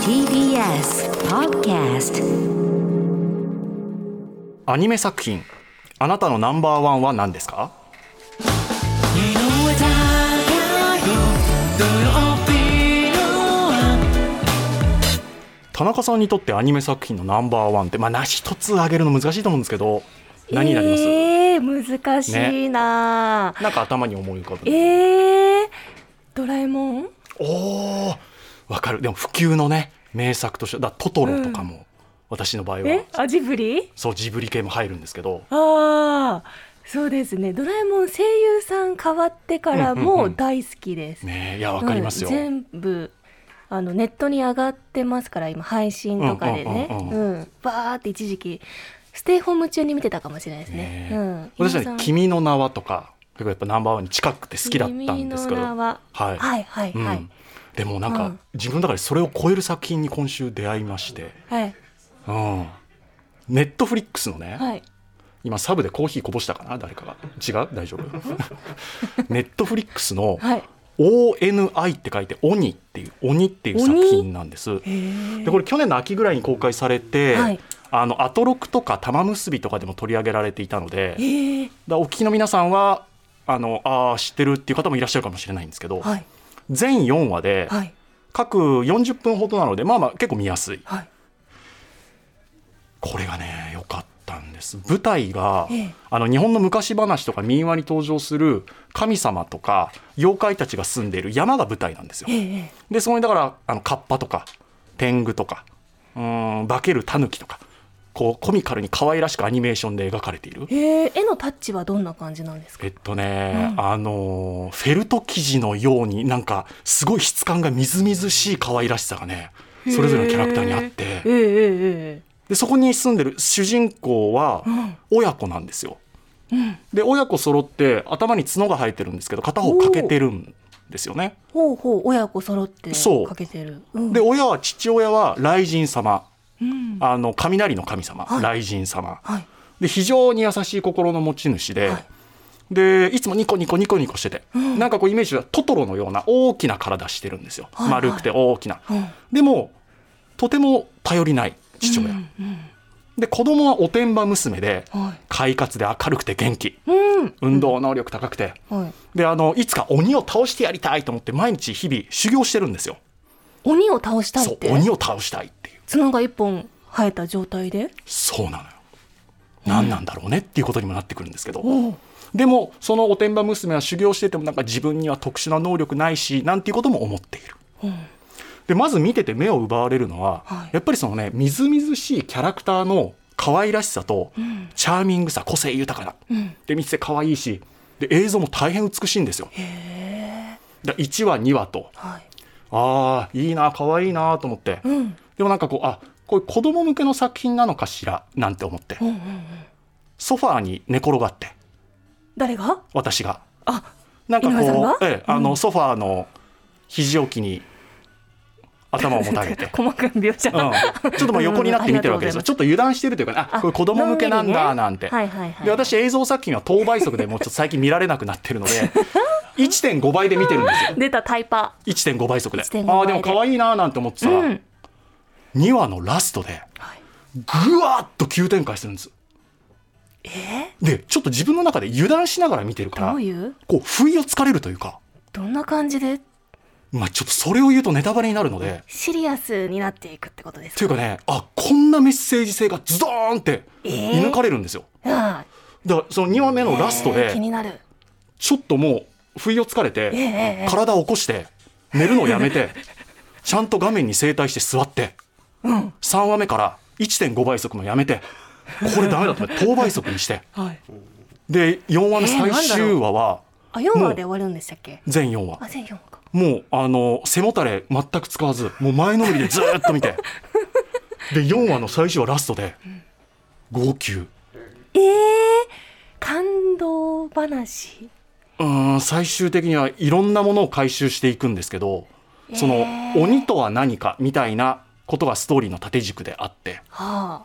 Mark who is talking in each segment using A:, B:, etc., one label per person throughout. A: TBS Podcast
B: アニメ作品あなたのナンバーワンは何ですか田中さんにとってアニメ作品のナンバーワンってまあな一つ挙げるの難しいと思うんですけど何になります、
C: えー、難しいな、
B: なんか頭に思い浮かぶ
C: えー、ドラえもん
B: おーわかるでも普及のね名作としてだトトロとかも、私の場合は
C: えあジブリ
B: そうジブリ系も入るんですけど
C: ああそうですねドラえもん声優さん変わってから
B: うんうんう
C: も
B: ん
C: 大好きです、
B: ねいやわかりますよ、
C: うん全部あのネットに上がってますから今配信とかでね
B: うんうんう
C: うんバーって一時期ステイホーム中に見てたかもしれないですね
B: ねえ
C: うん、
B: 私
C: 今さ
B: は
C: ん
B: ね「君の名は」とか結構やっぱナンバーワンに近くて好きだったんですけ
C: 君
B: ど
C: の名は
B: はい
C: はいはい
B: うん
C: はい、
B: でもなんか、
C: うん
B: 自分の中でそれを超える作品に今週出会いまして
C: はい
B: うんネットフリックスのね、
C: はい
B: 今サブでコーヒーこぼしたかな誰かが違う 大丈夫ネットフリックスの
C: はい
B: ONI って書いて「鬼」っていう「鬼」っていう作品なんですでこれ去年の秋ぐらいに公開されて、
C: はい
B: あのアトロクとか玉結びとかでも取り上げられていたので
C: えー、
B: だお聞きの皆さんはあのあー知ってるっていう方もいらっしゃるかもしれないんですけど、
C: はい
B: 全4話で
C: はい
B: 各40分ほどなのでまあまあ結構見やすい
C: はい
B: これがね良かったんです舞台が、
C: ええ
B: あの日本の昔話とか民話に登場する神様とか妖怪たちが住んでいる山が舞台なんですよ
C: えー、え
B: でそこにだからあのカッパとか天狗とかうーん化けるタヌキとかこうコミカルに可愛らしくアニメーションで描かれてい
C: ー
B: る
C: えー絵のタッチはどんな感じなんですか
B: えっと
C: う
B: ね、
C: ん
B: あのーフェルト生地のようになんかすごい質感がみずみずしい可愛らしさがねそれぞれのキャラクターにあって
C: えー、えー、え
B: でそこに住んでる主人公は親子なんですよ。で親子揃って頭に角が生えてるんですけど片方欠けてるんですよね。
C: ー、ほうほう親子揃って
B: そう
C: かけてるうん
B: で親は父親は雷神様
C: うん
B: あの雷の神様、
C: はい
B: 雷神様
C: はい
B: で非常に優しい心の持ち主で、
C: はい
B: い、でいつもニコニコニコニコしてて、なんかこうイメージはトトロのような大きな体してるんですよ、
C: はいはい
B: 丸くて大きな、
C: うん
B: でもとても頼りない父親、
C: うん
B: で子供はおてんば娘で
C: うんはい
B: 快活で明るくて元気
C: うん
B: 運動能力高くて、
C: はい
B: であのいつか鬼を倒してやりたいと思って毎日日々修行してるんですよ
C: 鬼を倒したい
B: そ
C: っ
B: う
C: て
B: 鬼を倒したいっていう
C: 角が一本生えた状態で
B: そうなのよ何なんだろうねっていうことにもなってくるんですけど、
C: おう
B: でもそのおてんば娘は修行しててもなんか自分には特殊な能力ないしなんていうことも思っている、でまず見てて目を奪われるのは、
C: はい
B: やっぱりそのねみずみずしいキャラクターの可愛らしさと、チャーミングさ個性豊かな、で見てて可愛いしで映像も大変美しいんですよだ1話2話と
C: はい
B: あーいいな可愛いなと思って、
C: うん
B: でもなんかこうあこれ子供向けの作品なのかしらなんて思って、
C: うんうんうん
B: ソファーに寝転がって
C: 誰が
B: 私が
C: あ
B: なんか
C: 井上さん
B: こ
C: が
B: う、ええ、あのソファーの肘置きに頭をもたれて、 うん
C: 細かい描写、
B: ちょっとまあ横になって見てるわけです
C: う
B: よ、
C: ん
B: ちょっと油断してるというか、ね、あ
C: あ
B: これ子供向けなんだ
C: の
B: なんん
C: びり
B: て、
C: ねはいはいはい
B: で私、映像作品は等倍速でもうちょっと最近見られなくなってるので、1.5倍で見てるんですよ、
C: 出たタイパ
B: 1.5倍速で。
C: 1.5
B: ああ、
C: 倍で
B: でも可愛いなーなんて思ってた
C: う
B: ら、
C: ん
B: 2話のラストで、ぐわーっと急展開するんです。で、ちょっと自分の中で油断しながら見てるか
C: ど
B: ら
C: う、いう
B: こう、不意をつかれるというか。
C: どんな感じで
B: まあ、ちょっとそれを言うとネタバレになるので。
C: シリアスになっていくってことです
B: ってい
C: か
B: うかね、あこんなメッセージ性がズドーンって
C: え
B: 射
C: ー
B: 抜かれるんですよ。
C: あ
B: だからその2話目
C: あ
B: のラスト
C: えー気
B: で、
C: になる
B: ちょっともう、不意をつかれ
C: ええ
B: て、
C: ええ
B: 体を起こして、寝るのをやめて、 ちゃんと画面に正対して座って、3話目から1.5倍速のやめて、これダメだと思って、 等倍速にして、
C: はい
B: で、4話の最終話は、
C: あ四話で終わるんでしたっけ
B: 全4話
C: あ。全四話か
B: もうあの背もたれ全く使わずもう前のめりでずーっと見 てで4話の最終話ラストで号泣う
C: ええ感動話
B: ーん最終的にはいろんなものを回収していくんですけどその
C: えー
B: 鬼とは何かみたいなことがストーリーの縦軸であって
C: は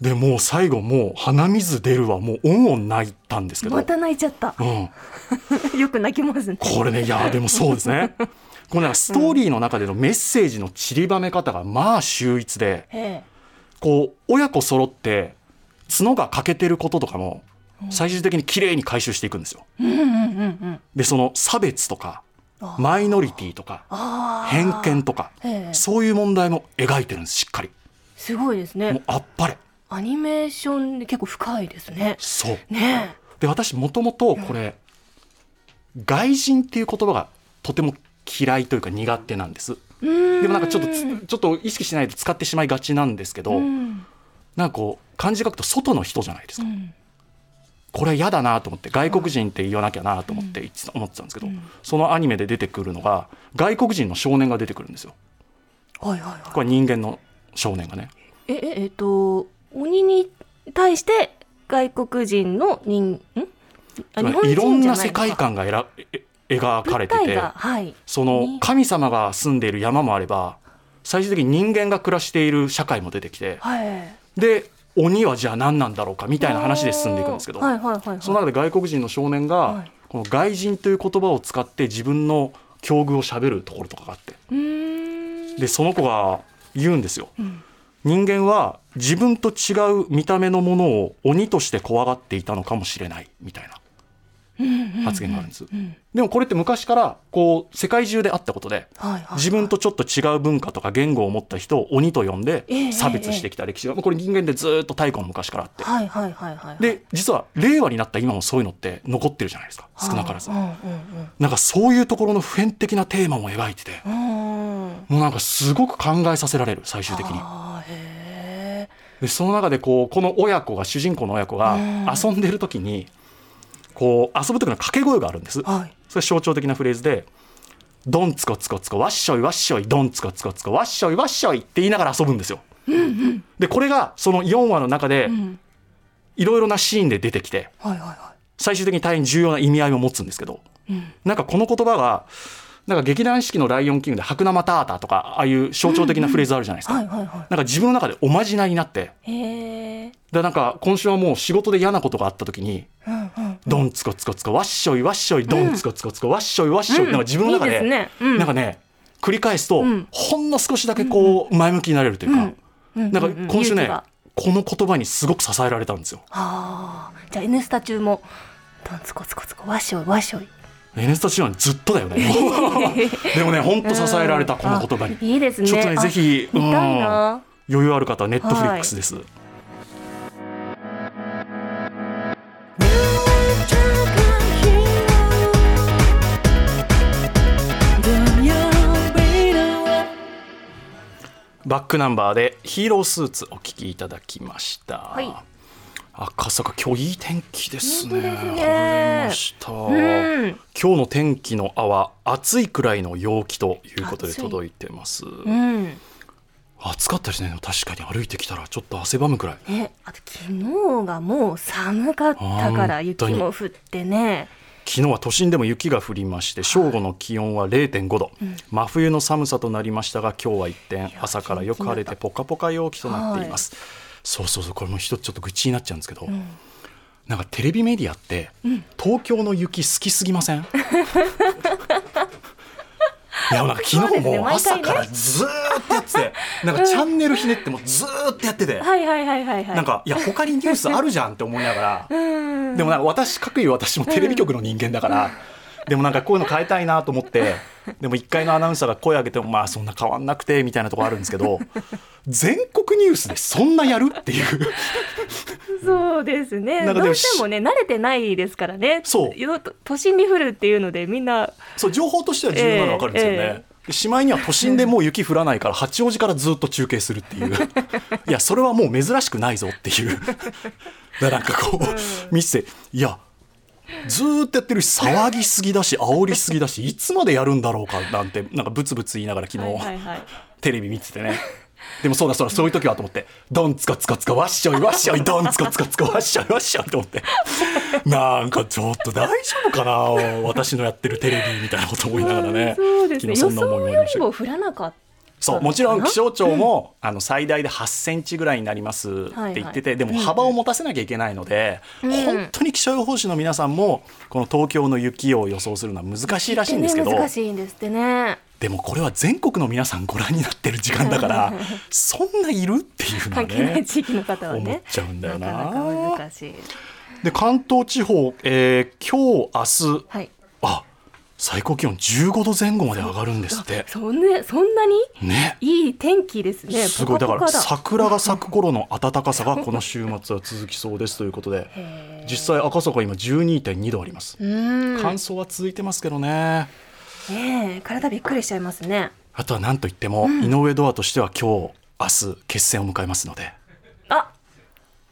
B: でもう最後もう鼻水出るはもうオンオン泣いたんです
C: あ
B: けど、
C: また泣いちゃった
B: うん、
C: よく泣きますね
B: これねいやでもそうですねこのなんかストーリーの中でのメッセージの散りばめ方がまあ秀逸で、
C: ええ
B: こう親子揃って角が欠けてることとかも最終的に綺麗に回収していくんですよ。でその差別とかマイノリティとか
C: あ
B: 偏見とか
C: ええ
B: そういう問題も描いてるんですしっかり。
C: あすごいです
B: もう
C: ね
B: あっぱれ
C: アニメーションで結構深いですね
B: そう
C: ね
B: で私もともとこれ外人っていう言葉がとても嫌いというか苦手なんです
C: えで
B: でもなんかちょっとつちょっと意識しないと使ってしまいがちなんですけど、
C: うん
B: なんかこう漢字書くと外の人じゃないです
C: う
B: か、
C: ん
B: これは嫌だなと思って外国人って言わなきゃなと思っていつ思ってたんですけど、そのアニメで出てくるのが外国人の少年が出てくるんですよ
C: はいはいはい
B: これは人間の少年がね
C: えええっと鬼に対して外国人の人んあ日本人じゃない
B: いろんな世界観がえらえ描かれて
C: 立
B: て
C: 体がはい
B: その神様が住んでいる山もあれば最終的に人間が暮らしている社会も出てきて
C: はい
B: で鬼はじゃあ何なんだろうかみ
C: み
B: たいな話で進んでいくんですけど、
C: はいはいはいはい
B: その中で外国人の少年が
C: い
B: この外人という言葉を使って自分の境遇をしゃべるところとかがあって
C: うーん
B: でその子が言うんですよ。
C: ん
B: 人間は自分と違う見た目のものを鬼として怖がっていたのかもしれないみたいな発言があるんです。でもこれって昔からこう世界中であったことで
C: はいはい
B: 自分とちょっと違う文化とか言語を持った人を鬼と呼んで
C: ええ
B: 差別してきた歴史が、まあこれ人間でずーっと太古の昔からあって
C: はいはいはいはい
B: で実は令和になった今もそういうのって残ってるじゃないですか少なからず、
C: うんうん
B: なんかそういうところの普遍的なテーマも描いてて
C: うんうん
B: もうなんかすごく考えさせられる最終的に
C: あーへ
B: でその中でこうこの親子が主人公の親子が
C: うん
B: 遊んでる時にこう遊ぶ時の掛け声があるんです
C: ーはい
B: それ象徴的なフレーズで「ドンツコツコツコワッショイワッショイドンツコツコツコワッショイワッショイ」って言いながら遊ぶんですよ。でこれがその4話の中で
C: ん
B: いろいろなシーンで出てきて
C: はいはいは
B: 最終的に大変重要な意味合いを持つんですけど、なんかこの言葉がなんか劇団四季の「ライオンキング」で「白生ターター」とかああいう象徴的なフレーズあるじゃないです
C: い
B: か。
C: はいはいは
B: なんか自分の中でおまじないになって
C: いへえ
B: でなんか今週はもう仕事で嫌なことがあった時に
C: うんうん
B: ドンツコツコツコワッショイワッショイドンツコツコツコワッショイワッショイ、
C: うん
B: なんか自分の中で
C: いいですねうん
B: なんかね繰り返すと、
C: ん
B: ほんの少しだけこう前向きになれるというか、
C: うんうん
B: なんか今週
C: 勇
B: ね、
C: 気が
B: この言葉にすごく支えられたんですよ。
C: ああじゃあ N スタ中もどんつこつこつこわっしょいわっしょい
B: N スタジオはずっとだ よね。でもね、本当支えられたこの言葉に。
C: あいいですね
B: ちょっとね、
C: あ
B: ぜひ、
C: 見たいな
B: 余裕ある方はネットフリックスです。バックナンバーでヒーロースーツお聞きいただきました。
C: い
B: 赤坂今日いい天気ですね。
C: 本当ですね
B: 晴れました。
C: ん
B: 今日の天気のあは暑いくらいの陽気ということで
C: 暑い
B: 届いてます。
C: うん
B: 暑かったですね。でも確かに歩いてきたらちょっと汗ばむくらい。
C: ね、あと昨日がもう寒かったから
B: 本当
C: 雪
B: に
C: も降ってね
B: 昨日は都心でも雪が降りまして正午の気温は0.5度、真冬の寒さとなりましたが今日は一転朝からよく晴れてポカポカ陽気となっています、そうそうそうこれも一つちょっと愚痴になっちゃうんですけど、なんかテレビメディアって、東京の雪好きすぎま せんいやなんか昨日も朝からずーっとやってて、なんかチャンネルひねってもずーっとやってて、
C: はいはいはいはいはい
B: なんかいや他にニュースあるじゃんって思いながら、
C: うん
B: でもなんか私かくいう私もテレビ局の人間だから、でもなんかこういうの変えたいなと 思ってでも1階のアナウンサーが声上げてもまあそんな変わんなくてみたいなとこあるんですけど全国ニュースでそんなやるっていう
C: そうですね
B: な
C: ど
B: んかでも
C: うしてもね慣れてないですからね
B: そう
C: よ都心に降るっていうのでみんな
B: そう情報としては重要なの分かるんですよね。
C: ええ
B: でしまいには都心でもう雪降らないから八王子からずっと中継するっ ていういやそれはもう珍しくないぞっていうだからなんかこう、見せていやずーっとやってるし騒ぎすぎだし煽りすぎだしいつまでやるんだろうかなんてなんかブツブツ言いながら昨日、
C: はいはいはい
B: テレビ見ててね。でもそうだそうだそういう時はと思って「ドンツカツカツカワッショイワッショイドンツカツカツカワッショイワッショイ」と思ってなんかちょっと大丈夫かな私のやってるテレビみたいなこと思いながらね
C: そうです
B: 昨
C: ね
B: 日
C: 予
B: そんな
C: 想
B: 思いになり
C: よ
B: ま
C: り
B: したけど
C: も降らなかっ
B: そうもちろん気象庁も、あの最大で8センチぐらいになりますって
C: はい
B: 言ってて、でも幅を持たせなきゃいけないので、
C: ん
B: 本当に気象予報士の皆さんもこの東京の雪を予想するのは難しいら
C: た
B: しいんですけど、
C: ね難しいんですってね
B: でもこれは全国の皆さんご覧になってる時間だから そんないるっていうのは
C: 関係ない
B: ね
C: 地域の方はね
B: 思っちゃうんだよな
C: なかなか難しい
B: で関東地方、えー今日明日
C: はい
B: あ最高気温15度前後まで上がるんですって
C: そんなそんなに
B: ね
C: いい天気です ね
B: すごいだ
C: ポ
B: か
C: カポ
B: ら
C: カ
B: 桜が咲く頃の暖かさがこの週末は続きそうですということで
C: へー
B: 実際赤坂今12.2度あります
C: うん
B: 乾燥は続いてますけどね
C: ねえ体びっくりしちゃいますね
B: あとは何といっても、井上ドアとしては今日明日決戦を迎えますので
C: あ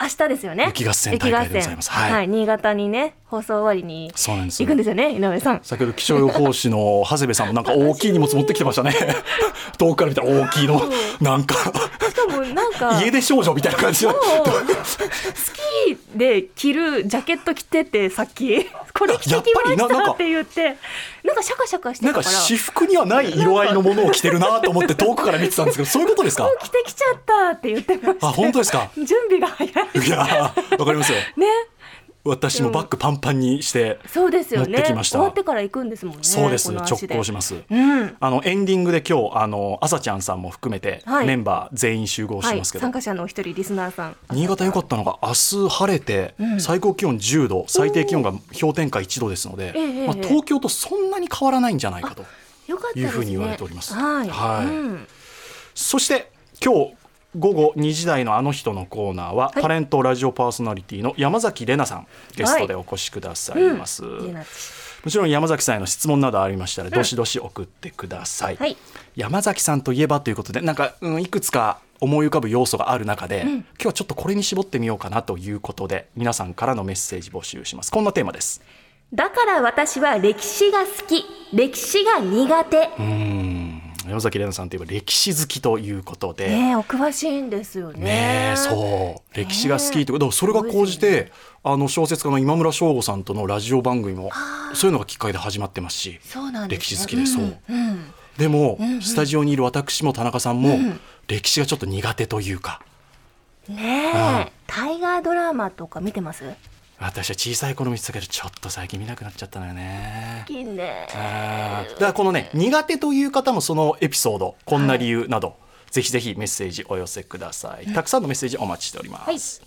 C: 明日ですよね
B: 雪合戦大会でございます
C: 雪合戦
B: は
C: はいい、新潟にね放送終わりに
B: そうなんです
C: 行くんですよね井上さん
B: 先ほど気象予報士の長谷部さんもなんか大きい荷物持ってきてまし たね遠くから見たら大きいのなんか
C: しかもなんか
B: 家出少女みたいな感じの
C: そうスキーで着るジャケット着ててさっ きこれ着てきま
B: やっぱりな
C: し
B: なんか
C: たって言ってなんかシャカシャカして
B: な
C: た
B: ん
C: か
B: から私服にはない色合いのものを着てるなと思って遠くから見てたんですけどそういうことですか
C: 着てきちゃったって言ってました
B: あ本当ですか
C: 準備が早い
B: いやーわかりますよ
C: ね
B: 私もバッグパンパンにして
C: そうですよ
B: 持っ
C: ね
B: てきました
C: 終わってから行くんですもんね
B: そうです
C: この
B: 直
C: 足で
B: 行します
C: うん
B: あのエンディングで今日あの朝ちゃんさんも含めて
C: はい
B: メンバー全員集合し
C: はい
B: ますけど、
C: 参加者のお一人リスナーさん
B: 新潟良かったのが明日晴れて、最高気温10度最低気温が氷点下1度ですので、
C: ええ
B: まあ、
C: ええ
B: 東京とそんなに変わらないんじゃないかと
C: よかったですね
B: いうふうに言われております
C: はい、
B: はい
C: うん
B: そして今日午後2時台のあの人のコーナーは、
C: はい
B: タレントラジオパーソナリティの山崎怜奈さんゲストでお越しくださいます、
C: いいな
B: もちろん山崎さんへの質問などありましたらどしどし送ってください、
C: はい
B: 山崎さんといえばということでなんか、うん、いくつか思い浮かぶ要素がある中で、今日はちょっとこれに絞ってみようかなということで皆さんからのメッセージ募集しますこんなテーマです
C: だから私は歴史が好き歴史が苦手
B: うーん山崎怜奈さんといえば歴史好きということで、
C: ねえお詳しいんですよね
B: ねえそう歴史が好きってことだからそれが高じ
C: すごい
B: てあの小説家の今村翔吾さんとのラジオ番組もそういうのがきっかけで始まってますし
C: そうなんです、ね、
B: 歴史好きでそうん
C: うん
B: でも、スタジオにいる私も田中さんも、歴史がちょっと苦手というか
C: ねえ、
B: うん
C: 大河ドラマとか見てます
B: 私は小さい頃見てたけどちょっと最近見なくなっちゃったのよね。
C: 近ね
B: あーだからこのね苦手という方もそのエピソードこんな理由など、ぜひぜひメッセージお寄せください。たくさんのメッセージお待ちしております。